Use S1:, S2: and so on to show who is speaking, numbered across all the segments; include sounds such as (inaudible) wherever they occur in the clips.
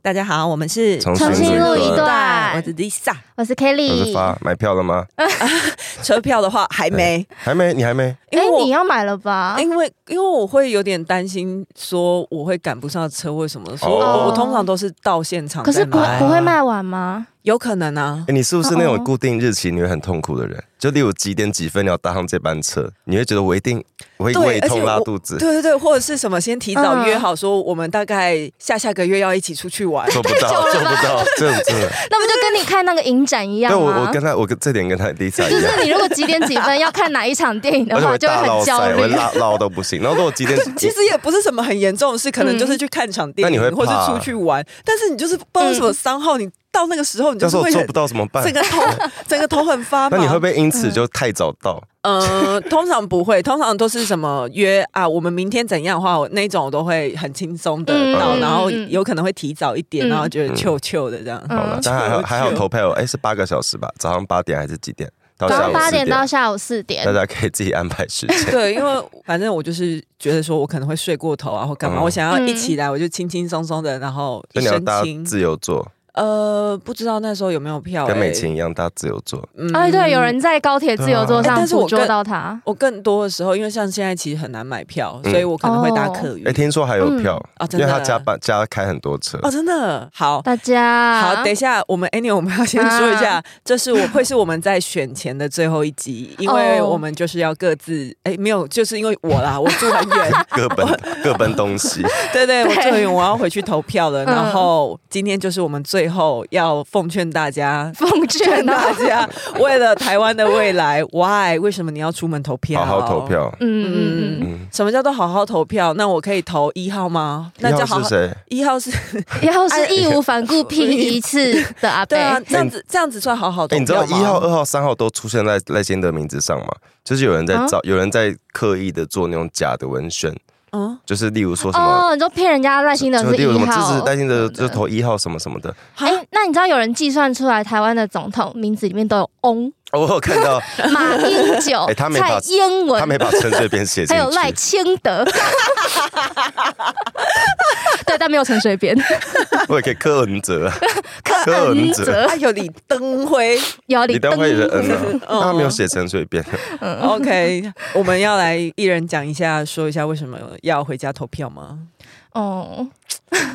S1: 大家好，我们是
S2: 重
S3: 重
S2: 新
S3: 新
S2: 录
S3: 录
S2: 一
S3: 一
S1: 我
S3: 段。
S1: 是 Lisa。
S3: 我是
S2: 我是
S3: Kelly。哎
S2: 发买票了吗？
S1: 车票的话还没，
S2: 还没，你还没？
S1: 因
S3: 哎
S1: 为，我
S3: 你要买了吧？
S2: 哎
S1: 因为因为我会有点担心，说我会赶不上车或什么，所以
S2: 哦
S1: 我我通常都是到现场
S3: 可
S1: 再
S3: 是不
S1: 买，
S3: 不会卖完吗？
S1: 有可能啊。
S2: 哎，你是不是那种
S3: 哦哦
S2: 固定日期你会很痛苦的人？就例如几点几分你要搭上这班车，你会觉得我一定我会
S1: 对
S2: 胃
S1: 而且
S2: 痛拉
S1: 我
S2: 肚子
S1: 对，对对，或者是什么，先提早
S3: 嗯
S1: 约好，说我们大概下下个月要一起出去玩。
S2: 做不到，做不到，这种真的。
S3: 那不就跟你看那个影展一样
S2: 对我
S3: 吗
S2: 我？跟他我跟这点跟他 Lisa
S3: 就
S2: 一样
S3: 是，你如果几点几分要看哪一场电影
S2: 而
S3: 的
S2: 且我
S3: 话，
S2: 会
S3: 就会
S2: 大
S3: 很
S2: 落
S3: 焦
S2: 腮，我会
S3: 虑。
S2: 拉拉到不行。然后如果
S3: (laughs)
S2: 几点
S1: 其实也不是什么很严重的事，可
S3: 嗯
S1: 能就是去看场电
S2: 那
S1: 影，
S2: 你会
S1: 或是
S2: 怕
S1: 出去玩，但是你就是不知道为什
S3: 嗯
S1: 么伤号，你到那个时候你就
S2: 到时
S1: 是
S2: 候
S1: 会
S2: 做
S1: 很
S2: 不到怎么办
S1: 整？个头 (laughs) 整个头很发麻。
S2: 那你会不会因
S3: 嗯
S2: 此就太早到？
S1: 呃，通常不会，通常都是什么约啊，我们明天怎样的话，我那种我都会很轻松的
S3: 嗯
S1: 到，
S3: 嗯
S1: 然后
S3: 嗯
S1: 有可能会提早一点，
S3: 嗯
S1: 然后觉得糗糗的这样。
S2: 好了
S3: 嗯，
S2: 但还
S1: 求
S2: 好
S1: 救
S2: 还好投票哎是八个小时吧，早上八点还是几点到
S3: 早
S2: 下
S3: 上
S2: 午
S3: 八
S2: 四
S3: 点到下午四点
S2: 大，家可以自己安排时
S3: (laughs)
S2: 间。
S1: (laughs) 对，因为反正我就是觉得说我可能会睡过头啊，或干嘛，
S2: 嗯
S1: 我想要一起来，我就轻轻松松的，然后一
S2: 所以你要
S1: 身
S2: 搭
S1: 轻。
S2: 自由座，
S1: 呃，不知道那时候有没有票、
S2: 跟
S1: 欸
S2: 美琴一样搭自由座。
S1: 嗯
S3: 哎，对，有人在高铁自由座
S1: 对啊哎
S3: 上
S1: 但是我
S3: 捕捉
S1: 跟
S3: 到他。
S1: 我更多的时候，因为像现在其实很难买票，
S2: 嗯
S1: 所以我可能会搭
S3: 哦
S1: 客运。
S2: 哎，听说还有票
S1: 啊，
S2: 因
S1: 嗯真
S2: 为
S1: 的
S2: 他加班加开很多车
S1: 哦，。真的好。
S3: 大家
S1: 好，等一下，我们 anyway，我们要先说一下，这是我会是我们在选前的最后一集，因为
S3: 啊哦
S1: 我们就是要各自哎、没有，就是因为我啦，我住很远，
S3: (laughs)
S2: 各
S1: (laughs)
S2: 奔各奔东西，
S1: 对对，我住很远，我要回去投票了。
S3: 嗯
S1: 然后今天就是我们最后要奉劝大家，
S3: 奉劝啊
S1: 劝
S2: (laughs)
S3: 到
S1: 大，
S3: (laughs)
S1: 家为了台湾的未来，why？为什么你要出门投票？
S2: 好好投。票。
S3: 嗯嗯嗯，
S2: 嗯，
S1: 什么叫做好好投票？那我可以投一号吗？
S2: 一
S1: 那叫好
S2: 号是
S1: 好
S2: 谁？
S1: 一号是
S3: 要
S2: 哎
S3: 是义无反顾拼一次的阿贝
S1: 对，啊，这样子这样子算好好投票
S2: 哎，你知道一
S1: 吗
S2: 号、二号、三号都出现在赖先德名字上吗？就是有人
S3: 啊
S2: 在造，有人在刻意的做那种假的文宣，
S1: 嗯，
S2: 就是例如说什么，
S3: 哦，你就骗人家赖清德
S2: 就是例如
S3: 一
S2: 什么支
S3: 号
S2: 持。赖先
S1: 嗯
S2: 德就投一号什么什么的。
S3: 哎、那你知道有人计算出来台湾的总统名字里面都有翁、
S2: 哦我有看
S3: (laughs)
S2: 到
S3: 马英九、
S2: (laughs) 哎他没把
S3: 蔡英
S2: 他没把
S3: 文，
S2: 陈水扁写进
S3: 还有赖
S2: 去，
S3: 清德。 (laughs) 对，但没有陈水扁、
S2: 我也可以柯文哲
S3: (laughs)
S2: 啊，
S3: 柯文哲，
S1: 还有哎李登辉。
S3: 有
S2: 李
S3: 李
S2: 登
S3: 登哦
S2: 辉也是 N 啊，
S1: 嗯
S2: 他没有写陈水扁。
S1: OK，我 (laughs) 们要来一人讲一下，说一下为什么要回家投票吗？
S3: 哦，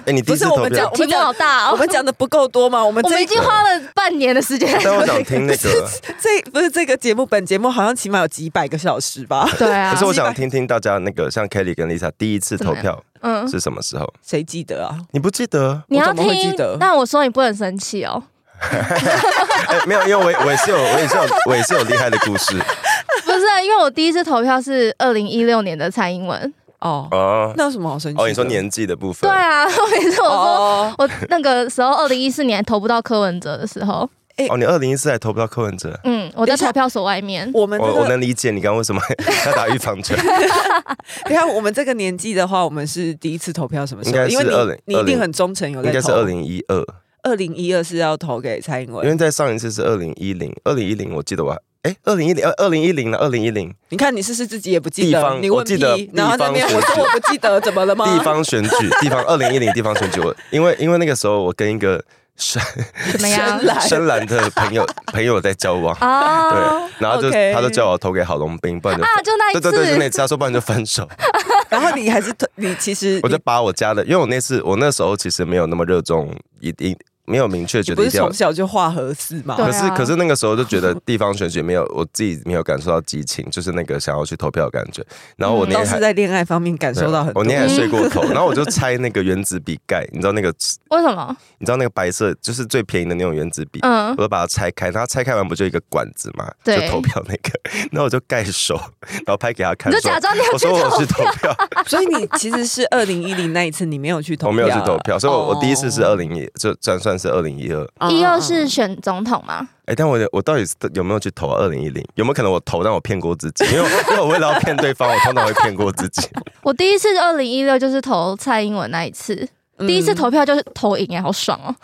S2: 哎，你第一
S1: 不是
S2: 次
S1: 我
S2: 投
S1: 们
S2: 票
S1: 讲，
S3: 题目好大
S1: 我
S3: 哦。
S1: 们讲的不够多
S3: (laughs)
S1: 吗？我们
S3: 我
S1: 这
S3: 们已
S1: 一
S3: 经花了半年的时间。
S2: (laughs) 但我
S1: (laughs)
S2: 想听那个，
S1: 这不是这个节目，本节目好像起码有几百个小时吧？ (laughs)
S3: 对啊
S2: 可是，我想听听大家那个，像 Kelly 跟 Lisa 第一次投票
S3: 嗯，
S2: 是什么时候？
S1: 谁记得啊？
S2: 你不记得？
S3: 你要
S1: 我怎么会
S3: 听
S1: 记得，
S3: 但我说你不能生气哦。
S2: 哎，没有，因为我也我也是有，我也是有，我也是有厉害的故事
S3: 不是，啊因为我第一次投票是二零一六年的蔡英文。
S1: 哦，
S2: 哦。
S1: 那有什么好生气的？
S2: 哦，你说年纪的部分？
S3: 对啊，每次我说
S1: 哦，
S3: 我那个时候二零一四年投不到柯文哲的时候，
S2: 哦，你二零一四还投不到柯文哲。
S3: 嗯，我在投票所外面，
S1: 我们这
S2: 我哦我
S1: 个，
S2: 能理解你刚刚为什么 (laughs) 要打预防针，
S1: 你看我们这个年纪的话，我们是第一次投票什么时候？
S2: 应该是
S1: 因为
S2: 20
S1: 你你一定很忠诚，有在
S2: 应
S1: 投。
S2: 该是二零一二，
S1: 二零一二是要投给蔡英
S2: 因
S1: 文。
S2: 为在上一次是二零一零，二零一零我记得我还，哎，二零一零，二零一零呢，二零一零
S1: 你看你是不是自己也不记
S2: 地
S1: 得？
S2: 方
S1: 你问
S2: 我记得
S1: 屁然后那边
S2: 地
S1: 我
S2: 方选举
S1: 说我不记得，怎么了吗？
S2: 地方选举，地方二零一零地方选举，我因为因为那个时候我跟一个 (laughs) 深
S3: (laughs) 怎么样
S1: (laughs) 深？蓝
S2: (laughs) 深蓝的
S1: (laughs)
S2: 朋友朋友在交往，
S3: 啊
S2: 对，然后就
S1: OK
S2: 他就叫我投给郝龙斌，不然就
S3: 啊，就那一
S2: 对
S3: 次，
S2: 对对，就那次他说不然就
S1: (laughs)
S2: 分手，
S1: 然后你还是特你其实
S2: 我就
S1: 你
S2: 把我家的，因为我那次我那时候其实没有那么热衷，一定没有明确觉
S1: 你
S2: 得
S1: 不
S2: 一
S1: 是
S2: 定要
S1: 从。小就画合适吗？
S3: 对
S2: 可是
S3: 啊
S2: 可是那个时候就
S1: (laughs)
S2: 觉得地方选举没有我自己没有感受到激情，就是那个想要去投票的感觉。然后我
S3: 嗯
S2: 那
S1: 倒
S2: 天还
S1: 是在恋爱方面感受到很多
S2: 我。那天还睡
S1: (laughs)
S2: 过头，然后我就拆那个原子笔盖，你知道那个
S3: 为什么？
S2: 你知道那个白色就是最便宜的那种原子笔，
S3: 嗯
S2: 我，就把它拆开，然后拆开完不就一个管子嘛，就
S3: 对
S2: 投票那个， (laughs) 那我就盖手，然后拍给他看
S3: 你就
S2: 说，
S3: 假装你要
S2: 我
S3: 去
S2: 说我去
S3: 投，
S2: 投票，
S3: (laughs)
S1: 所以你其实是二零一零那一次你没有去投票，
S2: 我没有去投票，所以我我第一次是
S1: 哦
S2: 二零一，就算算是二零一二，
S3: 一又是选总统嘛，
S2: 哎，但我我到底是有没有去投二零一零？有没有可能我投但我骗过自己？因为我因为我为了要
S3: (laughs)
S2: 骗对方，我通常会骗过自己。
S3: 我第一次二零一六就是投蔡英文那一次，
S1: 嗯
S3: 第一次投票就是投赢哎，好爽
S1: (laughs)
S3: 哦！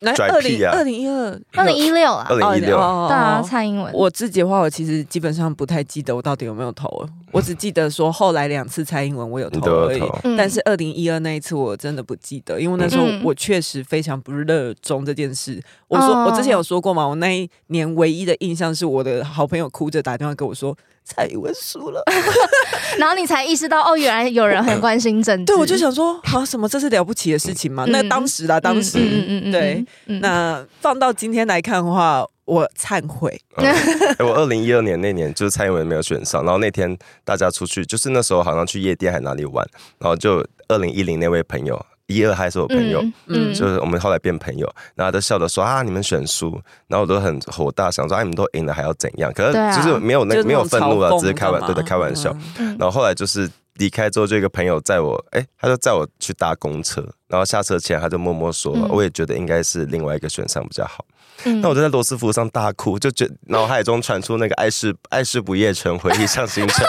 S1: 那
S2: 拽
S1: 二
S2: 屁
S1: 零
S2: 啊
S1: 二零一二，
S3: 二零一六啊
S2: 二，零一六，
S1: 哦
S3: 对啊，蔡英文，
S1: 我自己的话，我其实基本上不太记得我到底有没有投了，我只记得说后来两次蔡英文我有
S2: 你
S1: 投
S2: 都
S1: 而
S2: 有
S1: 已。
S2: 投，
S3: 嗯
S1: 但是二零一二那一次我真的不记得，因为那时候
S3: 嗯
S1: 我确实非常不热衷这件事。我说
S3: 哦
S1: 我之前有说过嘛，我那一年唯一的印象是我的好朋友哭着打电话跟我说蔡英文输了，
S3: 啊然后你才意识到哦，原来有人很关心政治。
S1: 对我就想说啊什么这是了不起的事情嘛？
S3: 嗯
S1: 那当时啦，当时、
S3: 嗯
S1: 对，
S3: 嗯
S1: 那放到今天来看的话，我忏悔，
S2: 哎、我二零一二年那年就是蔡英文没有选上，然后那天大家出去，就是那时候好像去夜店还哪里玩，然后就二零一零那位朋友，一二还是我朋友，
S1: 嗯
S2: 就是我们后来变朋友，然后他都笑着说啊你们选输，然后我都很火大，想说啊你们都赢了还要怎样？可
S3: 对啊
S2: 是就是没有那、
S1: 就是
S2: 没
S1: 那
S2: 有
S1: 种
S2: 愤怒
S1: 嘲
S2: 了，
S1: 讽
S2: 只是开玩
S1: 干嘛
S2: 对的开玩笑。
S1: 嗯
S2: 然后后来就是离开之后，就一个朋友载我，哎、他就载我去搭公车，然后下车前他就默默说，
S3: 嗯
S2: 我也觉得应该是另外一个选项比较好。
S3: 嗯
S2: 那我就在罗斯福上大哭，就觉脑海中传出那个爱是爱是不夜城，回忆上星
S1: (laughs)
S2: 辰。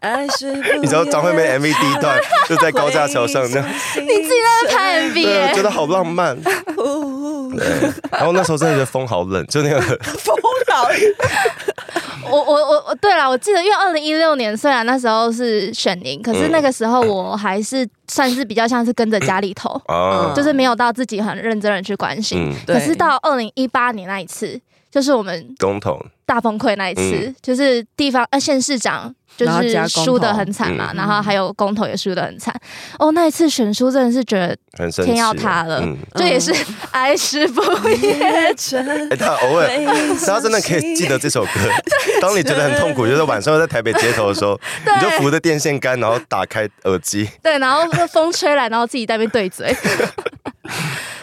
S1: 爱是不
S2: (laughs) 你知道张惠妹
S1: 言
S2: MV 第一段就在高架桥上那样，
S1: (laughs) 你
S3: 你自己在拍 MV
S2: 对，
S3: 耶
S2: 我觉得好浪
S3: (laughs)
S2: 漫。对，然后那时候真的觉得风好冷，就那
S3: (laughs)
S2: 个
S1: 疯了，
S3: 我我我我，对了，我记得，因为二零一六年虽然那时候是选赢，可
S2: 嗯
S3: 是那个时候我还是算是比较像是跟着家里头，
S2: 啊
S1: 嗯，
S3: 就是没有到自己很认真的去关心。
S2: 嗯，
S1: (laughs) 对
S3: 可是到二零一八年那一次，就是我们
S2: 公投，
S3: 大崩溃那一次，
S2: 嗯
S3: 就是地方呃县市长就
S1: 然后加
S3: 是
S1: 公投
S3: 输的很惨嘛，
S2: 嗯
S3: 然后还有公投也输的很惨。哦，那一次选书真的是觉得
S1: 嗯
S2: 很生气，
S3: 天要塌了
S2: 嗯，
S3: 这也是 (laughs) 哀思不
S2: (laughs)
S3: 夜。
S1: 真
S2: 哎，他偶尔。他真的可以记得这首歌。当你觉得很痛
S3: (laughs)
S2: 苦，就是晚上在台北街头的时候，你就扶着电线杆，然后打开耳机，
S3: 对，然后风吹来，然后自己在那边对
S2: (laughs)
S3: 嘴。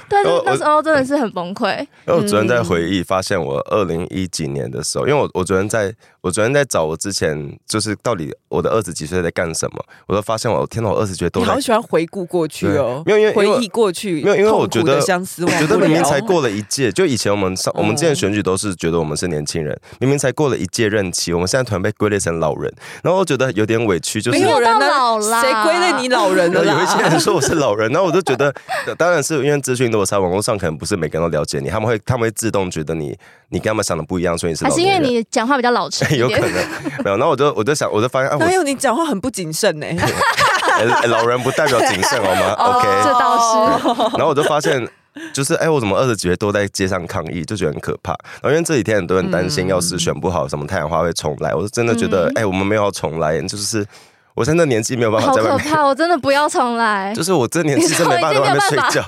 S3: 但是
S2: 我我
S3: 那时候真的是很崩溃。
S2: 因为我昨天在回忆，发现我二零一几年的时候，因为我我昨天在我昨天在找我之前，就是到底我的二十几岁在干什么，我都发现我天哪，我二十几岁都
S1: 你
S2: 在
S1: 好，喜欢回顾过去哦，
S2: 对没有因为因为我
S1: 回忆过去，
S2: 没有因为我
S1: 痛
S2: 觉
S1: 苦
S2: 得
S1: 的相思
S2: 我
S1: 忘
S2: 觉
S1: 不
S2: 得
S1: 了，
S2: 明明才过了一届，就以前我们上我们之前选举都是觉得我们是年轻人，明明才过了一届任期，我们现在突然被归类成老人，然后我觉得有点委屈，就是
S1: 没有人
S3: 没有到老啦
S1: 谁归类你老人了
S2: 然后有一
S1: 啦？
S2: 些人说我是老人，然后我就觉得， (laughs) 呃当然是因为资讯落差，网络上可能不是每个人都了解你，他们会他们会自动觉得你你跟他们想的不一样，所以你是
S3: 还
S2: 老
S3: 是因为
S2: 年人。
S3: 你讲话比较老成一
S2: (laughs) 有可
S3: 点，
S2: 能没有，然后我就我就想，我就发现，啊，我
S1: 哪有你讲话很不谨慎
S2: (laughs)
S1: 呢？
S2: 哎老人不代表谨慎好吗
S1: 哦
S2: ？OK，哦
S3: 这倒是。
S2: 然后我就发现，就是哎、我怎么二十几岁都在街上抗议，就觉得很可怕。然后因为这几天很多人担心，要
S3: 嗯
S2: 是选不好，什么太阳花会重来，我是真的觉得，哎、我们没有要重来，就是我真的年纪没有办法
S3: 好
S2: 在外
S3: 可
S2: 面。
S3: 怕！我真的不要重来。
S2: 就是我这年纪真没办法在外面睡觉，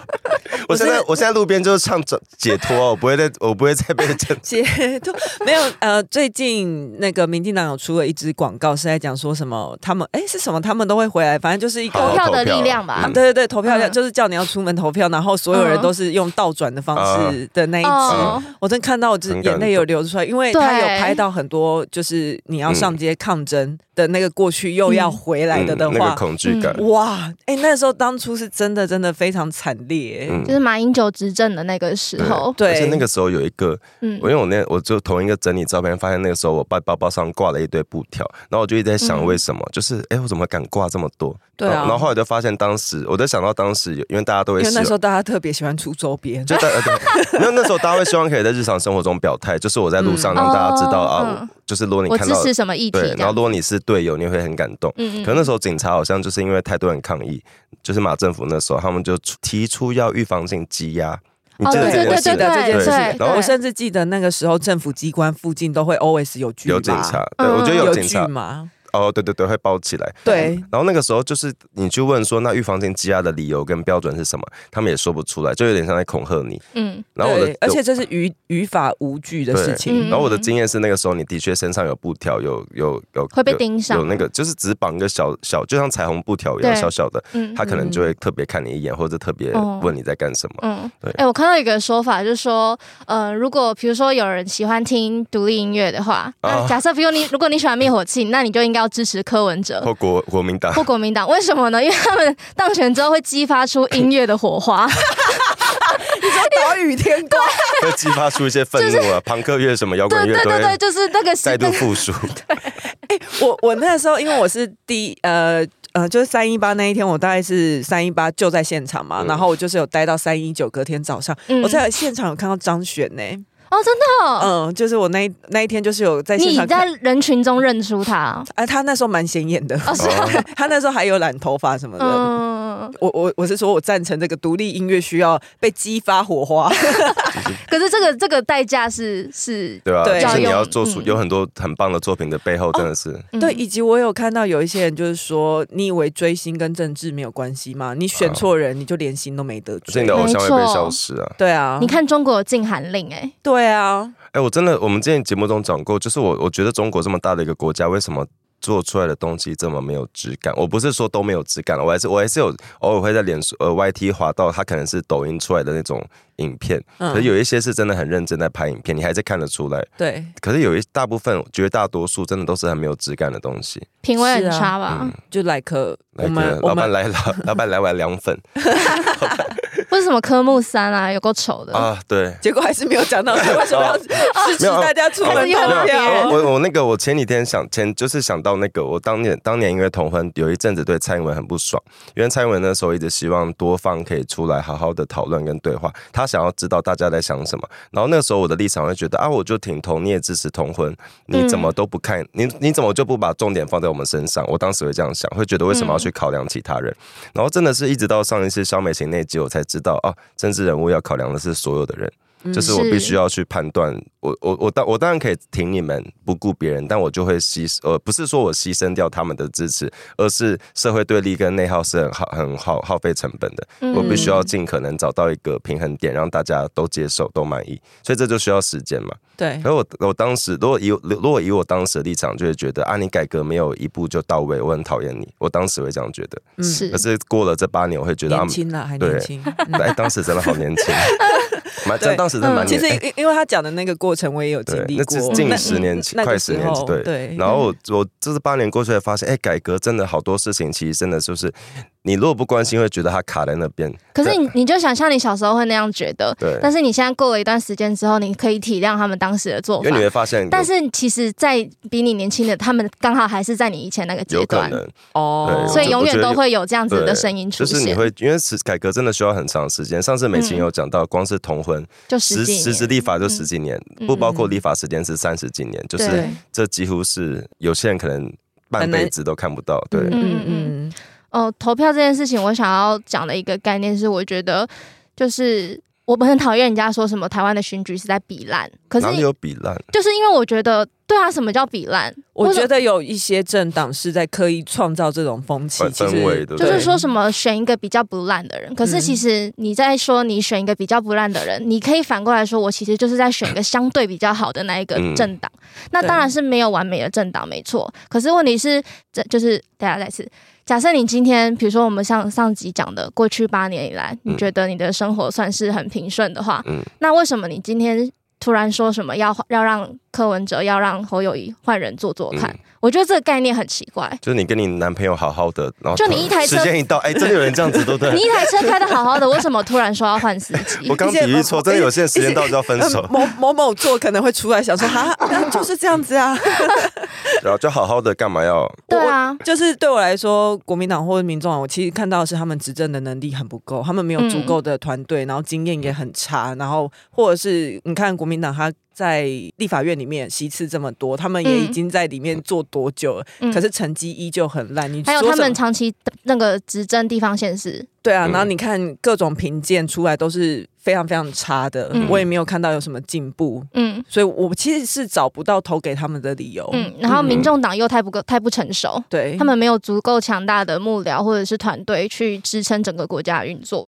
S2: 我现在我现在路边就是唱解解脱，哦我不会再我不会再被这
S1: 解脱没有呃，最近那个民进党有出了一支广告，是在讲说什么他们哎是什么他们都会回来，反正就是一个
S2: 好好
S3: 投票的力量吧
S1: 啊，
S2: 嗯
S1: 对对对，投票量、
S3: 嗯
S1: 就是叫你要出门投票，然后所有人
S3: 嗯
S1: 都是用倒转的方
S2: 嗯
S1: 式的那一集，
S3: 哦，
S1: 我真看到我就是
S2: 很感
S1: 眼泪有流出来，因为
S3: 对
S1: 他有拍到很多就是你要上街抗争的那个过去又要回来的的
S2: 嗯那个
S1: 话，
S2: 恐惧
S3: 嗯
S2: 感，
S1: 哇，哎、那时候当初是真的真的非常惨烈、欸
S2: 嗯
S3: 就是马英九执政的那个时候。
S1: 对
S2: 而且那个时候有一个，
S3: 嗯
S2: 我因为我那我就同一个整理照片，发现那个时候我包包包上挂了一堆布条，然后我就一直在想
S3: 嗯
S2: 为什么，就是哎、我怎么敢挂这么多？
S1: 对啊
S2: 然后然后后来就发现当时我就想到当时有，因为大家都会
S1: 因为
S2: 希
S1: 那
S2: 望
S1: 时候大家特别喜欢出周边，
S2: 啊就大呃对， (laughs) 那那时候大家会希望可以在日常生活中表态，就是我在路
S3: (laughs)
S2: 上让大家知道
S3: 哦
S2: 啊，
S3: 嗯
S2: 我就是如果你
S3: 我
S2: 看
S3: 支
S2: 到
S3: 持什么议题？
S2: 对，
S3: 这
S2: 然后
S3: 样
S2: 如果你是队友，你会很感动。
S3: 嗯
S2: 可那时候警察好像就是因为太多人抗议，就是马政府那时候他们就出提出要预防性羁押，你
S3: 哦
S2: 记得这
S3: 对
S2: 件
S3: 对
S2: 事
S3: 对
S2: 吗？
S1: 记得这件事
S3: 对
S1: 然后我
S3: 对
S1: 甚至记得那个时候政府机关附近都会 always 有剧吧，
S2: 有警察，对
S3: 嗯
S2: 我觉得
S1: 有
S2: 警察
S1: 剧，嘛，
S2: 哦，对对对，会包起来。
S1: 对，
S2: 然后那个时候就是你去问说，那预防性羁押的理由跟标准是什么？他们也说不出来，就有点像在恐吓你。
S3: 嗯
S2: 然后我的
S1: 对，，而且这是语语法无据的
S2: 对
S1: 事情
S3: 嗯，
S2: 然后我的经验是，那个时候你的确身上有布条，有有有
S3: 会被
S2: 有
S3: 盯上
S2: 有那个就是只绑一个小小，就像彩虹布条一样
S3: 对
S2: 小小的，
S3: 嗯
S2: 他可能就会特别看你一眼，或者特别
S3: 哦
S2: 问你在干什么。
S3: 嗯
S2: 对，
S3: 哎，我看到一个说法，就是说，呃，如果比如说有人喜欢听独立音乐的话，那
S2: 啊
S3: 假设比如你如果你喜欢灭火器，那你就应该要支持柯文哲
S2: 或国国民
S3: (laughs)
S2: 党
S3: 或国民党，为什么呢？因为他们当选之后会激发出音乐的火
S2: (laughs)
S3: 花，
S1: 岛屿天光，
S2: 会激发出一些愤怒啊，朋克乐什么摇滚
S3: 对
S2: 乐
S3: 对
S2: 都
S3: 对对，
S2: 会
S3: 就是那个
S2: 再
S3: 时
S2: 度
S3: 那个
S2: 复苏。
S1: 我我那时候因为我是第一呃呃，就是三一八那一天，我大概是三一八就在现场嘛，
S2: 嗯
S1: 然后我就是有待到三一九隔天早上，
S3: 嗯
S1: 我在现场有看到张悬呢、
S3: 哦，真的哦、
S1: 嗯、就是我那一那一天就是有在现
S3: 你
S1: 场
S3: 在
S1: 看，
S3: 人群中认出他
S1: 哎、他那时候蛮显眼的，
S3: 哦，是啊，
S1: (laughs) 他那时候还有染头发什么的。
S3: 哦嗯，
S1: 我我我是说，我赞成这个独立音乐需要被激发火花，
S3: 可是这个这个代价是是，
S2: 对
S3: (laughs)
S2: 吧？
S1: 对
S2: 就是你
S3: 要
S2: 要
S3: 用
S2: 做出
S3: 嗯
S2: 有很多很棒的作品的背后，真的是
S1: (laughs)
S3: 嗯
S1: 对，以及我有看到有一些人就是说，你以为追星跟政治没有关系吗？你选错人，你就连星都没得
S2: 所
S1: 追
S2: 以啊你的。偶像会被
S3: 没错
S2: 消失啊。
S1: 对啊
S3: 你，看中国有禁韩令哎、
S1: 对啊，
S2: 哎，我真的，我们之前节目中讲过，就是我我觉得中国这么大的一个国家，为什么做出来的东西这么没有质感？我不是说都没有质感了，我还是我还是有偶尔会在脸书呃 YT 滑到它可能是抖音出来的那种影片，可是
S1: 嗯，
S2: 有一些是真的很认真在拍影片，你还是看得出来。
S1: 对，
S2: 可是有一大部分，绝大多数真的都是很没有质感的东西。
S3: 品味
S1: 是
S3: 很
S1: 啊
S3: 差吧？
S2: 嗯，
S1: 就来可
S2: 来
S1: 我们
S2: 个
S1: 我
S2: 老板
S1: 们
S2: 来了， (laughs) 老板来碗凉粉
S3: 为什么科目三啊有够丑
S1: 嗯
S3: 的？
S2: 啊，对。
S1: 结果还是没有讲到说
S2: (laughs)
S1: 为什么要支持
S2: 哦没有
S1: 大家出门
S3: 还是用
S1: 投
S3: 了别人
S1: 票。
S2: 我我那个我前几天想前就是想到那个我当年当年因为同婚有一阵子对蔡英文很不爽，因为蔡英文那时候一直希望多方可以出来好好的讨论跟对话，他想要知道大家在想什么。然后那时候我的立场会觉得啊，我就挺同，你也支持同婚，你怎么都不看、你你怎么就不把重点放在我们身上？我当时会这样想，会觉得为什么要去考量其他人？然后真的是一直到上一次肖美琴那集，我才知道哦，政治人物要考量的是所有的人。
S1: 嗯
S2: 就是我
S3: 是
S2: 必须要去判断，我我我当我当然可以挺你们不顾别人，但我就会牺呃不是说我牺牲掉他们的支持，而是社会对立跟内耗是很耗很耗耗费成本的，
S3: 嗯
S2: 我必须要尽可能找到一个平衡点，让大家都接受都满意，所以这就需要时间嘛。
S1: 对
S2: 可是我我当时如果以如果以我当时的立场，就会觉得啊你改革没有一步就到位，我很讨厌你，我当时会这样觉得。
S1: 嗯
S3: 是
S2: 可是过了这八年，我会觉得啊
S1: 年，轻啦，还
S2: 对
S1: 年轻。嗯
S2: 哎当时真的好
S1: (laughs)
S2: 年轻，蛮真
S1: 对
S2: 当时真的蛮
S1: 嗯其
S2: 年
S1: 实
S2: 轻。
S1: 因因为他讲的那个过程，我也有经
S2: 对，
S1: 历
S2: 那
S1: 过
S2: 是，
S1: 那嗯
S2: 近十年前、
S1: 那
S2: 快
S1: 个
S2: 十
S1: 时
S2: 年前，
S1: 候，
S2: 对。
S1: 对，
S2: 然后我我这是八年过去才发现，哎，改革真的好多事情，其实真的就是你如果不关心，会觉得它卡在那边。
S3: 可是你你就想象你小时候会那样觉得，
S2: 对，
S3: 但是你现在过了一段时间之后，你可以体谅他们当时的
S2: 因
S3: 做
S2: 为
S3: 法
S2: 你。会发现有，
S3: 但是其实，在比你年轻的他们，刚好还是在你以前那个阶
S2: 有可
S3: 段，
S2: 能
S1: 哦，
S2: 对
S3: 所以
S2: 我
S3: 永远
S2: 觉得
S3: 都会有这样子
S2: 对
S3: 的声音出
S2: 就
S3: 现，
S2: 是你会因为是改革真的需要很长时间。上次美琴有讲到，光是同婚
S3: 就
S2: 实
S3: 十几
S2: 实
S3: 年
S2: 质立法就十几年，
S3: 嗯
S2: 不包括立法时间是三十几年，就是
S3: 对
S2: 这几乎是有些人可能半
S1: 很难
S2: 辈子都看不到。对，
S1: 嗯嗯
S3: 嗯
S1: 嗯，
S3: 哦，投票这件事情，我想要讲的一个概念是，我觉得就是我们很讨厌人家说什么台湾的选举是在比烂，可是
S2: 哪里有比烂？
S3: 就是因为我觉得，对啊，什么叫比烂？
S1: 我觉得有一些政党是在刻意创造这种风气
S2: 氛，
S1: 其实
S2: 氛围对不对嗯
S3: 就是说什么选一个比较不烂的人，可是其实你在说你选一个比较不烂的人，你可以反过来说，我其实就是在选一个相对比较好的那一个
S2: 嗯
S3: 政党。那当然是没有完美的政党，没错。可是问题是，这就是大家再次。假设你今天，比如说我们上上集讲的，过去八年以来，你觉得你的生活算是很平顺的话，
S2: 嗯
S3: 那为什么你今天突然说什么要要让柯文哲、要让侯友谊换人做做看？
S2: 嗯
S3: 我觉得这个概念很奇怪。
S2: 就是你跟你男朋友好好的，然后
S3: 就你一台车
S2: 时间一到，哎，真的有人这样子，对不
S3: (laughs)
S2: 对？
S3: 你一台车开的好好的，为什么突然说要换司机
S2: 我？刚比喻错，真的有些人 (laughs) 时间到就要分手
S1: 呃，某某某座可能会出来想说，哈，啊就是这样子啊。
S2: 然后就好好的干嘛要？
S3: 对啊，
S1: (laughs) 就是对我来说，国民党或者民众党，我其实看到的是他们执政的能力很不够，他们没有足够的团队，然后经验也很差，然后或者是你看国民党他在立法院里面席次这么多，他们也已经在里面做多久了，
S3: 嗯
S1: 可是成绩依旧很烂。你
S3: 还有
S1: 说
S3: 他
S1: 什
S3: 们
S1: 么
S3: 长期那个执政地方县市，
S1: 对啊，
S2: 嗯
S1: 然后你看各种评鉴出来都是非常非常差的，
S3: 嗯
S1: 我也没有看到有什么进步，
S3: 嗯
S1: 所以我其实是找不到投给他们的理由。
S3: 嗯，然后
S1: 嗯
S3: 民众党又太不够太不成熟，
S1: 对
S3: 他们没有足够强大的幕僚或者是团队去支撑整个国家的运作。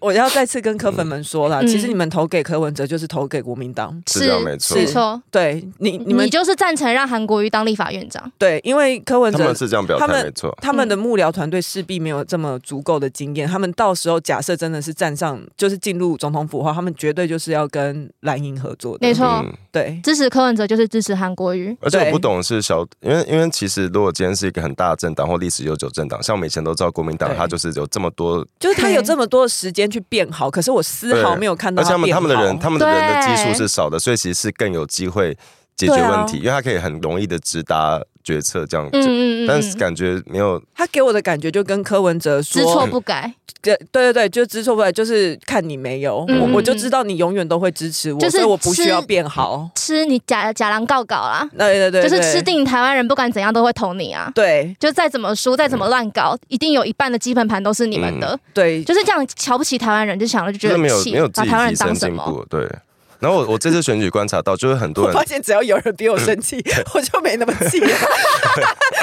S1: 我要再次跟柯粉们说啦，
S3: 嗯
S1: 其实你们投给柯文哲就是投给国民党，
S2: 是这样没错
S3: 没错。
S1: 对你啊你们
S3: 你就是赞成让韩国瑜当立法院长，
S1: 对，因为柯文
S2: 他
S1: 哲
S2: 们是这样表
S1: 他
S2: 态，
S1: 们
S2: 没错。
S1: 他们的幕僚团队势必没有这么足够的经验，他们到时候假设真的是站上，就是进入总统府后，他们绝对就是要跟蓝营合作的。
S3: 没错
S2: 嗯，
S1: 对，
S3: 支持柯文哲就是支持韩国瑜。
S2: 而且我
S1: 对
S2: 不懂的是小，因为因为其实如果今天是一个很大的政党或历史悠久政党，像我们以前都知道国民党，
S1: 对
S2: 它就是有这么多，
S1: 就是他有这么多的时间去变好，可是我丝毫
S2: 对
S1: 没有看到
S2: 而且他们
S1: 变
S2: 他们的人
S1: 好
S2: 他们的人的
S3: 对
S2: 基数是少的，所以其实是更有机会解决
S1: 对啊
S2: 问题，因为他可以很容易的直达决策这样子。
S3: 嗯嗯嗯，
S2: 但是感觉没有，
S1: 他给我的感觉就跟柯文哲
S3: 知错
S1: 说，
S3: 不改，
S1: 对对对对，就知错不来，就是看你没有，
S3: 嗯
S1: 我我就知道你永远都会支持我，
S3: 就是
S1: 所以我不需要
S3: 吃
S1: 变好。
S3: 吃你假假狼告告啦，
S1: 对对对，
S3: 就是
S1: 对
S3: 吃定台湾人，不管怎样都会投你啊。
S1: 对
S3: 就再怎么输，再
S2: 嗯
S3: 怎么乱搞，一定有一半的基本盘都是你们的。
S1: 对，
S3: 就是这样瞧不起台湾人，就想了就
S2: 就
S3: 觉
S2: 是
S3: 得
S2: 没有
S3: 气
S2: 没有自
S3: 把
S2: 己
S3: 台湾人
S2: 提
S3: 当
S2: 升
S3: 什
S2: 进
S3: 么？
S2: 步，对。然后我我这次选举观察到，就是很多
S1: 我
S2: 人
S1: 发现只要有人比我生气，我就没那么气了。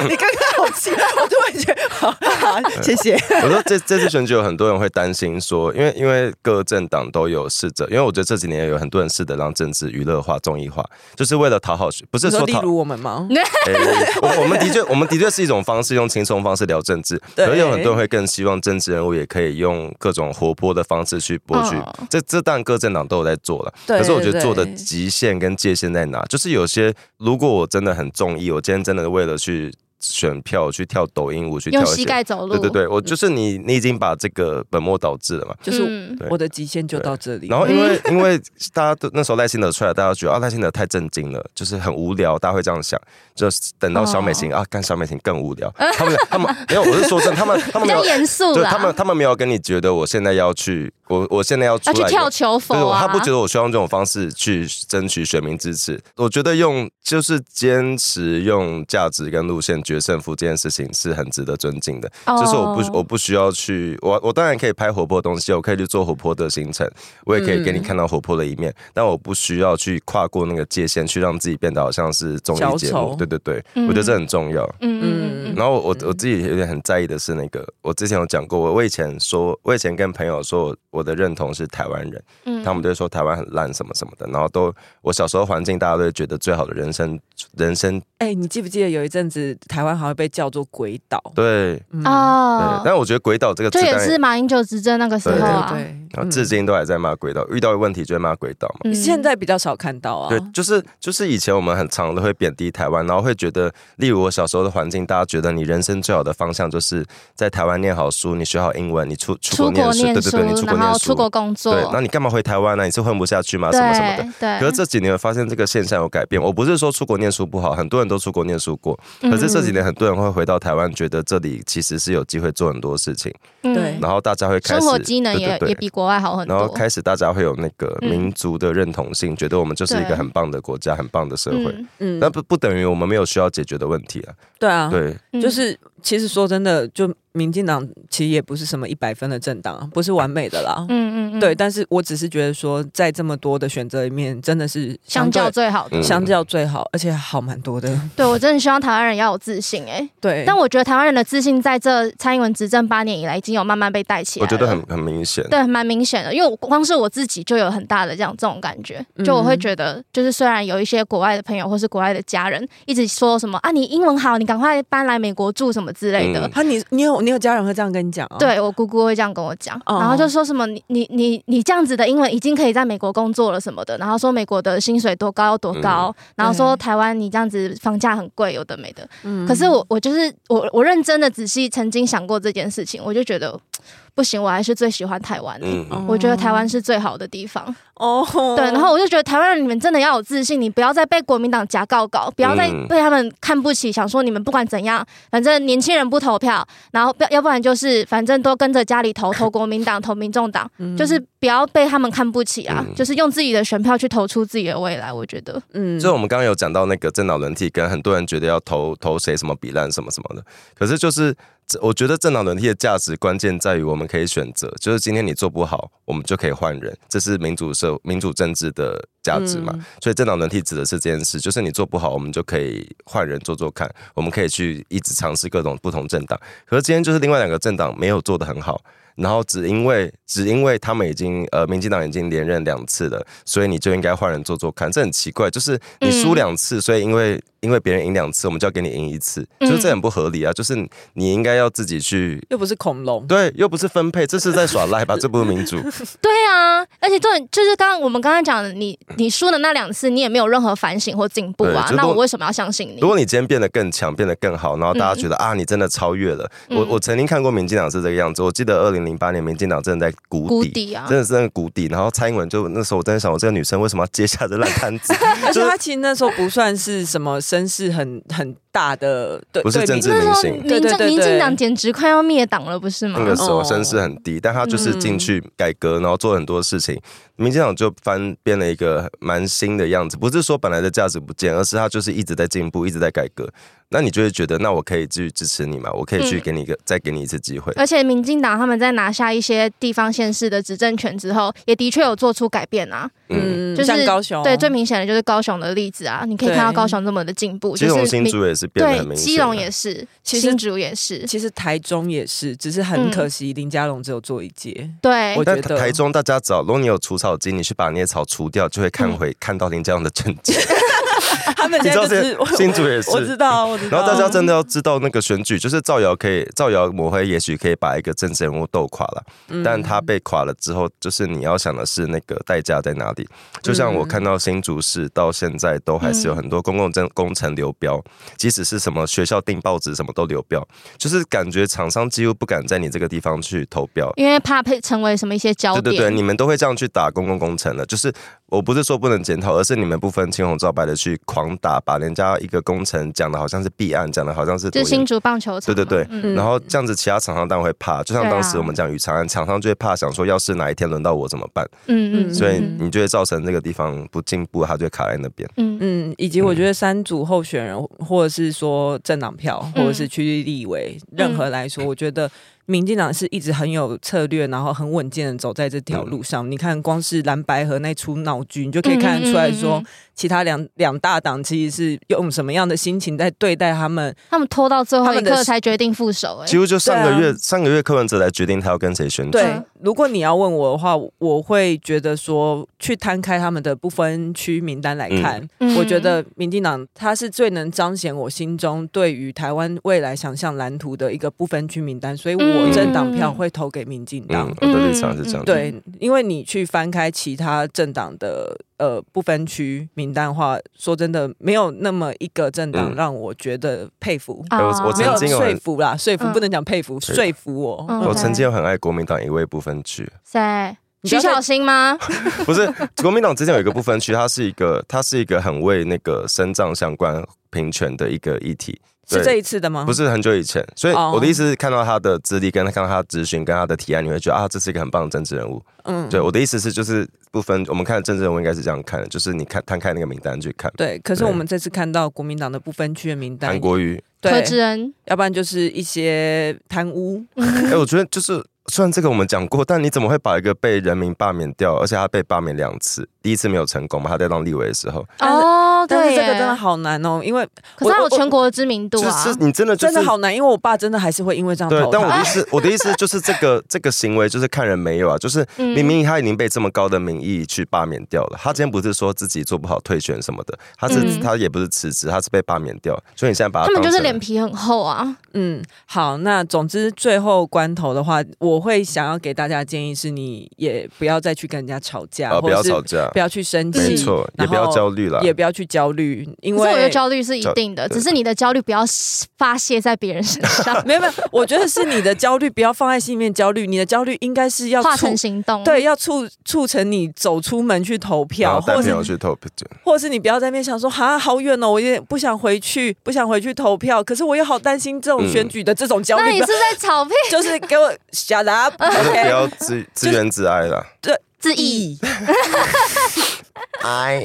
S1: 你刚刚好气，我突然觉得好，好，谢谢。
S2: 我说这这次选举有很多人会担心说，因为因为各政党都有试着，因为我觉得这几年有很多人试着让政治娱乐化、综艺化，就是为了讨好，不是
S1: 你
S2: 说
S1: 说例
S2: 讨。
S1: 如我们吗？
S2: 哎我我们的确，我们的确是一种方式，用轻松方式聊政治。
S1: 对
S2: 可是有很多人会更希望政治人物也可以用各种活泼的方式去博取。
S3: 嗯
S2: 这这当然各政党都有在做了，
S1: 对
S2: 可是我觉得做的
S1: 对
S2: 极限跟界限在哪？就是有些，如果我真的很中意，我今天真的为了去选票去跳抖音舞，去跳
S3: 用
S2: 一
S3: 膝
S2: 些
S3: 盖走路，
S2: 对对对，我就是你，你已经把这个本末倒置了嘛。
S1: 就是
S3: 嗯
S2: 对
S1: 我的极限就到这里。
S2: 然后因为因为大家都那时候赖清德出来，大家都觉得啊赖清德太震惊了，就是很无聊，大家会这样想。就是等到小美琴、
S3: 哦
S2: 啊，干小美琴更无
S3: (laughs)
S2: 聊，他们他们没有，我是说真的，他们他
S3: 比
S2: 们没
S3: 较
S2: 有，
S3: 严肃
S2: 就
S3: 啦。
S2: 他们他们没有跟你觉得我现在要去，我我现在要出
S3: 要去
S2: 来
S3: 跳球
S2: 对
S3: 否啊？
S2: 他不觉得我需要用这种方式去争取选民支持。我觉得用就是坚持用价值跟路线决胜负这件事情是很值得尊敬的。
S3: 哦
S2: 就是我不我不需要去，我我当然可以拍活泼的东西，我可以去做活泼的行程，我也可以给你看到活泼的一面，
S3: 嗯
S2: 但我不需要去跨过那个界限，去让自己变得好像是综艺节
S1: 小
S2: 目
S1: 丑。
S2: 对对对，
S3: 嗯
S2: 我觉得这很重要。
S3: 嗯嗯嗯嗯
S2: 然后我我我自己有点很在意的是那个，我之前有讲过，我我以前说，我以前跟朋友说我我的认同是台湾人，
S3: 嗯，
S2: 他们都会说台湾很烂什么什么的，然后都我小时候环境大家都会觉得最好的人生人生
S1: 哎，你记不记得有一阵子台湾好像被叫做鬼岛？
S2: 对
S1: 嗯，
S2: 对，
S3: 哦，
S2: 但我觉得鬼岛这个
S3: 就
S2: 字
S3: 也
S2: 当然
S3: 是马英九执政那个时
S1: 对
S3: 候啊，
S1: 对
S2: 然
S1: 对，
S2: 后至今都还在骂鬼岛，遇到问题就会骂鬼岛嘛。
S3: 嗯
S1: 现在比较少看到啊
S3: 哦
S2: 对。，就是就是以前我们很常都会贬低台湾，然后会觉得，例如我小时候的环境，大家觉得你人生最好的方向就是在台湾念好书，你学好英文，你出出
S3: 出
S2: 国念
S3: 国
S2: 书，
S3: 念
S2: 对对
S3: 书
S2: 对，你，出国
S3: 然
S2: 念
S3: 后
S2: 书，
S3: 出国工作
S2: 对，，那你干嘛回台湾呢、啊你是混不下去吗？什么什么的。
S3: 对对，
S2: 可是这几年我发现这个现象有改变。我不是说出国念书不好，很多人都出国念书过。
S3: 嗯
S2: 可是这几年很多人会回到台湾，觉得这里其实是有机会做很多事情，
S3: 嗯
S1: 对
S2: 然后大家会开
S3: 生
S2: 始
S3: 活机能
S2: 对
S3: 也
S2: 对对
S3: 也比国外好很
S2: 然后
S3: 多。
S2: 开始大家会有那个
S3: 嗯
S2: 民族的认同性，觉得我们就是一
S3: 对
S2: 个很棒的国家，很棒的社会。
S3: 嗯
S1: 嗯
S2: 那不不等于我们没有需要解决的问题啊，
S1: 对啊，
S2: 对，
S3: 嗯
S1: 就是其实说真的，就民进党其实也不是什么一百分的政党，不是完美的啦。
S3: 嗯嗯嗯，
S1: 对，，但是我只是觉得说，在这么多的选择里面，真的是
S3: 相
S1: 对
S3: 较最好的
S2: 嗯。
S1: 相较最好，而且好蛮多的。
S3: (laughs) 对我真的希望台湾人要有自信哎，
S1: 对，
S3: 但我觉得台湾人的自信在这蔡英文执政八年以来，已经有慢慢被带起来
S2: 我
S3: 了。
S2: 觉得很嗯很明显。
S3: 对，蛮明显的，因为我光是我自己就有很大的这样这种感觉，
S2: 嗯
S3: 就我会觉得，就是虽然有一些国外的朋友或是国外的家人一直说什么啊，你英文好，你赶快搬来美国住什么之类的，
S2: 嗯
S1: 他啊你你有你有家人会这样跟你讲啊？，
S3: 对我姑姑会这样跟我讲，
S1: 哦
S3: 然后就说什么你你你你这样子的英文已经可以在美国工作了什么的，然后说美国的薪水多高多高，然后说台湾你这样子房价很贵，有的没的。
S1: 嗯
S3: 可是我我就是我我认真的仔细曾经想过这件事情，我就觉得不行，我还是最喜欢台湾的。
S2: 嗯，
S1: 嗯
S3: 我觉得台湾是最好的地方，
S1: 哦，
S3: 对。然后我就觉得台湾人，你们真的要有自信，你不要再被国民党夹告告，不要再
S2: 嗯
S3: 被他们看不起，想说你们不管怎样，反正年轻人不投票，然后不要要不然就是反正都跟着家里投投国民党、投民
S1: (laughs)
S3: 众党，
S1: 嗯
S3: 就是不要被他们看不起啊，
S2: 嗯
S3: 就是用自己的选票去投出自己的未来。我
S1: (laughs)
S3: 觉得，
S1: 嗯
S2: 就是我们刚刚有讲到那个政党轮替，跟很多人觉得要投投谁什么比烂什么什么的，可是就是这我觉得政党轮替的价值关键在于我们可以选择，就是今天你做不好，我们就可以换人，这是民主社民主政治的价值嘛。
S1: 嗯
S2: 所以政党轮替指的是这件事，就是你做不好，我们就可以换人做做看，我们可以去一直尝试各种不同政党。可是今天就是另外两个政党没有做得很好，然后只因为只因为他们已经呃，民进党已经连任两次了，所以你就应该换人做做看，这很奇怪。就是你输
S3: 嗯
S2: 两次，所以因为因为别人赢两次，我们就要给你赢一次，就是这
S3: 嗯
S2: 很不合理啊！就是你你应该要自己去
S1: 又不是恐龙，
S2: 对，又不是分配，这是在耍赖
S3: (laughs)
S2: 吧？这不是民主。
S3: 对啊，而且重点就是刚刚我们刚刚讲的，你你输的那两次，你也没有任何反省或进步啊，
S2: 对就
S3: 那
S2: 都
S3: 我为什么要相信你
S2: 如？果你今天变得更强，变得更好，然后大家觉得、啊，你真的超越了。我
S3: 嗯
S2: 我曾经看过民进党是这个样子，我记得二零零八年民进党真的在谷底。
S3: 谷底啊，
S2: (laughs) 真的是那个谷底，然后蔡英文就那时候我真的想，我这个女生为什么要接下这烂摊子？ (laughs)
S1: 而且 (laughs)
S2: 就是
S1: 他其实那时候不算是什么声势很很大的，对，
S2: 不是
S1: 对
S2: 政治
S1: 民
S3: 那时候
S2: 明星
S3: 民
S1: 对对
S3: 政
S1: 对
S3: 民进
S1: 对
S3: 党简直快要灭党了，不是吗嗯
S2: 那？个时候
S1: 哦
S2: 声势很低，但他就是进去改革，然后做很多事情。民进党就翻变了一个蛮新的样子，不是说本来的价值不见，而是他就是一直在进步，一直在改革。那你就会觉得，那我可以继续支持你嘛？我可以去
S3: 嗯
S2: 给你一个，再给你一次机会。
S3: 而且民进党他们在拿下一些地方县市的执政权之后，也的确有做出改变啊。
S2: 嗯，
S1: 嗯，
S3: 就是
S1: 像高雄，
S3: 对，最明显的就是高雄的例子啊，你可以
S1: 对
S3: 看到高雄这么的进步，
S2: 基
S3: 就
S2: 隆
S3: 是
S2: 新
S3: 民
S2: 竹也是变得很
S3: 对，
S2: 明显。
S3: 基隆也是，
S1: 其实
S3: 新竹也是，
S1: 其实台中也是，只是
S3: 嗯
S1: 很可惜林佳龙只有做一届，
S3: 对
S1: 我
S2: 但
S1: 觉得
S2: 台中大家只要，如果你有除草机，你去把那些草除掉，就会看回、看到林家龙的政绩。
S1: 他们
S2: 你
S1: 现
S2: 知道
S1: 在就
S2: 这
S1: 是
S2: 些新竹也是，
S1: 我知道，我知道。
S2: 然后大家真的要知道，那个选举就是造谣可以造谣抹黑，也许可以把一个政治人物斗垮了，
S1: 嗯
S2: 但他被垮了之后，就是你要想的是那个代价在哪里。就像我看到新竹市到现在都还是有很多公共政工程流标，即使是什么学校订报纸什么都流标，就是感觉厂商几乎不敢在你这个地方去投标。
S3: 因为怕被成为什么一些焦
S2: 对
S3: 点，
S2: 对对，你们都会这样去打公共工程了。就是我不是说不能检讨，而是你们不分青红皂白的去狂打，把人家一个工程讲的好像是弊案，讲的好像是多
S3: 就
S2: 严
S3: 是新竹棒球场嘛，
S2: 对对对
S3: 嗯
S1: 嗯
S2: 然后这样子，其他厂商当然会怕，就像
S3: 对啊
S2: 当时我们讲宇长安，厂商就会怕，想说要是哪一天轮到我怎么办？
S3: 嗯嗯，
S2: 所以
S3: 嗯
S2: 你就会造成这个地方不进步，它就会卡在那边。
S3: 嗯嗯
S1: 嗯，以及我觉得三组候选人，或者是说政党票，或者
S3: 嗯
S1: 是区域立委，任何来说，我觉得民进党是一直很有策略，然后很稳健的走在这
S2: 嗯
S1: 条路上。你看，光是蓝白河那出闹剧，你就可以看得出来
S3: 嗯嗯
S1: 说
S3: 嗯，
S1: 其他两两大党其实是用什么样的心情在对待他们。
S3: 他们拖到最后
S1: 他
S3: 一
S1: 们的
S3: 刻才决定复手，哎
S2: 几，乎就上
S1: 对
S2: 个
S1: 啊
S2: 月，上个月柯文哲来决定他要跟谁选举。
S1: 对，
S3: 嗯
S1: 如果你要问我的话，我会觉得说，去摊开他们的不分区名单来看，
S3: 嗯
S1: 我觉得民进党它是最能彰显我心中对于台湾未来想象蓝图的一个不分区名单，所以我政党票会投给民进党。
S2: 嗯，我的立场是这样。
S3: 嗯
S1: 对，因为你去翻开其他政党的呃不分区名单的话，说真的，没有那么一个政党
S2: 嗯
S1: 让我觉得佩服，
S2: 哎我
S3: 啊
S2: 我
S1: 没有
S2: 曾经有
S1: 说服啦，说服
S3: 嗯
S1: 不能讲佩服，
S2: 是
S1: 说服我。
S3: 嗯
S2: 我
S3: 对
S2: 曾经有很爱国民党一位不分区，
S3: 在
S1: 你不
S3: 徐
S1: 要再
S3: 小新吗？
S2: 不是国民党之前有一个不分区，它是一个它是一个很为那个身障相关平权的一个议题。
S1: 是
S2: 对
S1: 这一次的吗？
S2: 不是很久以前，所以
S1: 哦
S2: 我的意思是看到他的资历，跟看到他的咨询，跟他的提案，你会觉得啊，这是一个很棒的政治人物。
S1: 嗯，
S2: 对，我的意思是，就是不分我们看政治人物应该是这样看的，就是你看摊开那个名单去看，
S1: 对。可是
S2: 对
S1: 我们这次看到国民党的不分区的名单
S2: 韩，国瑜。
S3: 何
S1: (laughs) 对，
S3: 志
S1: (laughs)
S3: 恩，嗯
S1: 要不然就是一些贪污，
S2: 哎、我觉得就是虽然这个我们讲过，但你怎么会把一个被人民罢免掉，而且他被罢免两次，第一次没有成功嘛，他在当立委的时候，
S1: 但是
S3: 哦，
S1: 哎但是
S3: 对
S1: 这
S3: 耶
S1: 个真的好难哦，因为
S2: 呃
S3: 可是他
S1: 我
S3: 有全国的知名度
S2: 就
S3: 啊，
S2: 是你真的就
S1: 真
S2: 是
S1: 的好难，因为我爸真的还是会因为这样
S2: 对
S1: 投，
S2: 但我
S1: 他
S2: 的意思，我的意思就是这个 (laughs) 这个行为就是看人没有啊，就是
S3: 嗯
S2: 明明他已经被这么高的名义去罢免掉了，他今天不是说自己做不好退选什么的，他是、
S3: 嗯
S2: 他也不是辞职，他是被罢免掉，所以你现在把
S3: 他
S2: 他当
S3: 们就是
S2: 成
S3: 脸皮很厚啊，
S1: 嗯，好，那总之最后关头的话，我会想要给大家的建议是，你也不要再去跟人家吵架，
S2: 啊，
S1: 或
S2: 不
S1: 者
S2: 要
S1: 是
S2: 吵架
S1: 不，要去生气，
S2: 没错，也
S1: 然
S2: 不要
S1: 后
S2: 焦虑了，
S1: 也不要去焦虑，因
S3: 可是我觉
S1: 为，
S3: 得焦虑是一
S2: 焦
S3: 定的，
S2: 对
S3: 只是你的焦虑不要发泄在别人身上
S1: 没有没有，我觉得是你的焦虑不要放在心里面焦虑，你的焦虑应该 (laughs) 是要
S3: 化
S1: 促
S3: 成行动。
S1: 对，要促促成你走出门去投
S2: 然
S1: 票，
S2: 后
S1: 或
S2: 带朋
S1: 是
S2: 友去投票，
S1: 或者是你不要在那边想说哈好远哦，我也不想回去，不想回去投票，可是我又好担心这种
S2: 嗯
S1: 选举的这种焦
S3: 那
S1: 虑，
S3: 你是在炒屁
S1: 不要就是给我 shut
S2: 就是
S3: (laughs)
S2: 不
S1: up，OK，
S2: 要自自怨自艾了，
S3: 自意？
S2: 哎，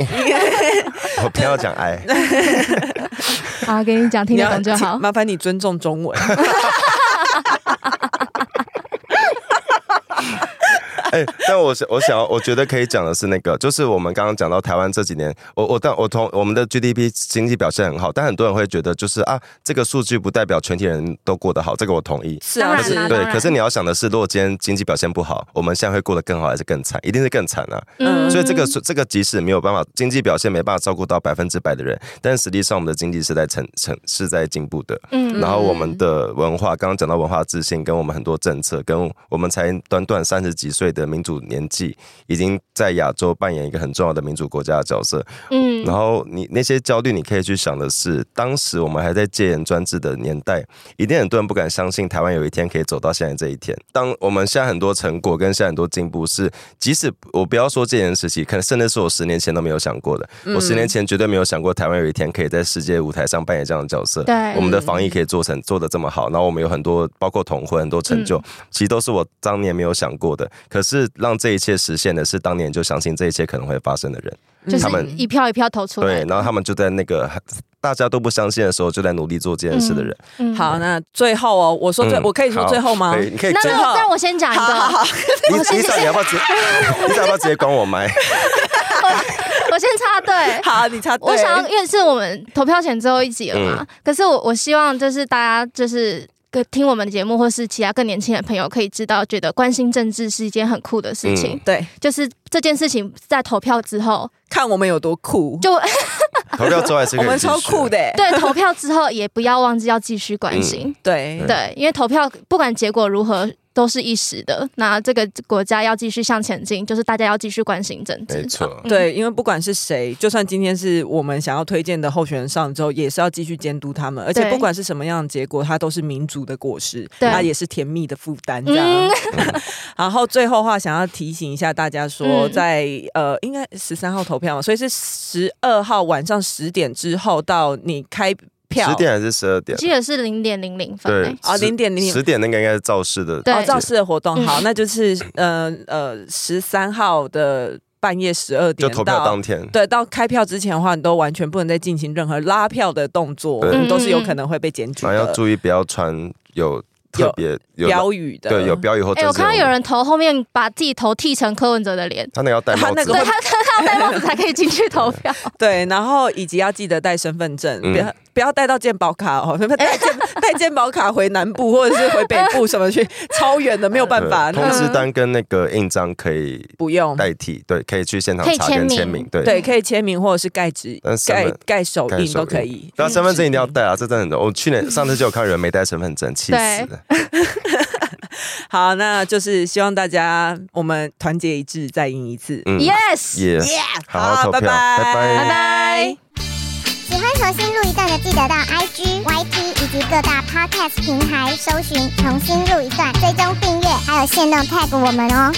S2: (laughs) 我偏要讲
S1: (laughs)
S2: 哎，
S3: 好，给你讲， (laughs) 听
S1: 你
S3: 得
S1: 要
S3: 懂就
S1: 请 (laughs)
S3: 好。
S1: 麻烦你尊重
S3: (laughs)
S1: 中文。
S2: 哎、但我想，我想要，我觉得可以讲的是那个，就是我们刚刚讲到台湾这几年，我我但我同我们的 GDP 经济表现很好，但很多人会觉得就是啊，这个数据不代表全体人都过得好，这个我同意。
S1: 是啊，
S2: 可
S3: 当然
S1: 是
S3: 啦
S2: 是
S1: 啊
S2: 对
S3: 当，然
S2: 可是你要想的是，如果今天经济表现不好，我们现在会过得更好还是更惨？一定是更惨啊！
S1: 嗯
S2: 所以这个是这个即使没有办法经济表现没办法照顾到百分之百的人，但实际上我们的经济是在成成是在进步的。
S3: 嗯
S2: 然后我们的文化，刚刚讲到文化自信，跟我们很多政策，跟我们才短短三十几岁的民主年纪，已经在亚洲扮演一个很重要的民主国家的角色。
S3: 嗯
S2: 然后你那些焦虑，你可以去想的是，当时我们还在戒严专制的年代，一定很多人不敢相信台湾有一天可以走到现在这一天。当我们现在很多成果跟现在很多进步是，即使我不要说戒严时期，可能甚至是我十年前都没有想过的。
S3: 嗯
S2: 我十年前绝对没有想过台湾有一天可以在世界舞台上扮演这样的角色。
S3: 对
S2: 我们的防疫可以做成做的这么好，然后我们有很多包括同婚很多成就，
S3: 嗯
S2: 其实都是我当年没有想过的。可是让这一切实现的是当年就相信这一切可能会发生的人。
S3: 就
S2: 他
S3: 是
S2: 们
S3: 一票一票投出来
S2: 对，，然后他们就在那个大家都不相信的时候，就在努力做这件事的人。
S3: 嗯
S1: 好，那最后哦，我说最，
S2: 嗯
S1: 我可以说
S2: 好
S1: 最后吗
S2: 可？以，你可以
S3: 那
S2: 真
S3: 那那我先讲一
S1: 好好
S3: 个，
S1: 好，
S2: 你你想你要不要直接， (laughs) 你想要不要直接关我
S1: (laughs)
S2: 麦？
S3: 我先插队。
S1: 好，你插队。
S3: 我想要，因为是我们投票前最后一集了嘛，可是我我希望就是大家就是。个听我们的节目，或是其他更年轻的朋友，可以知道，觉得关心政治是一件很酷的事情。
S2: 嗯
S1: 对，
S3: 就是这件事情在投票之后，
S1: 看我们有多酷，
S3: 就
S2: 投票之后还是可
S1: 我
S2: 啊以
S1: 们
S2: 继续
S1: 超酷。的 (laughs) 欸，
S3: 对投票之后也不要忘记要继续关心，
S1: 嗯对
S3: 对，因为投票不管结果如何都是一时的。那这个国家要继续向前进，就是大家要继续关心政治。
S2: 没错，
S1: 嗯对，因为不管是谁，就算今天是我们想要推荐的候选人上之后，也是要继续监督他们，而且
S3: 对
S1: 不管是什么样的结果，它都是民主的果实，
S3: 对
S1: 它也是甜蜜的负担。这样， (laughs) 然后最后的话，想要提醒一下大家说，
S3: 嗯
S1: 在呃，应该十三号投票嘛，所以是十二号晚上十点之后到你开票
S2: 十点还是十二点？
S3: 记得是零点零零分、
S2: 对
S3: 欸，
S1: 啊
S2: 十
S1: 0.00
S2: 十点那个应该是造势的，
S3: 对
S1: 哦，造势的活动，
S3: 嗯
S1: 好，那就是呃呃十三号的半夜十二
S2: 就
S1: 点
S2: 投票
S1: 到
S2: 当天。
S1: 对，到开票之前的话，你都完全不能再进行任何拉票的动作，
S2: 对
S1: 你都是
S3: 嗯
S1: 有可能会被检举
S2: 然后要
S1: 的。
S2: 注意不要穿有特别有
S1: 标语的，
S2: 对有标语或
S3: 哎、
S2: 者
S3: 我看到有人投后面把自己头剃成柯文哲的脸，
S2: (laughs) 他那个要戴帽
S1: 他那
S2: 子
S1: 个
S3: 对，他他要戴帽子才可以进去投票。
S1: 对然后以及要记得带身份证，
S2: 嗯
S1: 不要不要带到健保卡哦，带
S3: (laughs)
S1: 健带健保卡回南部或者是回北部什么去，超远的没有办法，
S2: 对通
S1: 那
S2: 知单跟那个印章可以
S1: 不用。
S2: 代替，对，可以去现场
S3: 可以
S2: 查
S3: 签
S2: 跟
S3: 名
S2: 签名，对。
S1: 对，可以签名或者是盖纸
S2: 但、身
S1: 盖
S2: 份
S1: 盖手
S2: 盖
S1: 印
S2: 手
S1: 都可
S2: 印
S1: 以。
S2: 然后身份证一定要带啊，这真的很多。我去年上次就有看到有人没带身份证，气死了。
S1: 好，那就是希望大家我们团结一致，再赢一次。
S2: 嗯
S3: yes，
S2: 也好好投票，
S1: 拜拜，
S2: 拜拜
S3: 拜拜。
S4: 喜欢重新录一段的，记得到 IG、YT 以及各大 Podcast 平台搜寻“重新录一段”，追踪订阅，还有限定 tag 我们哦。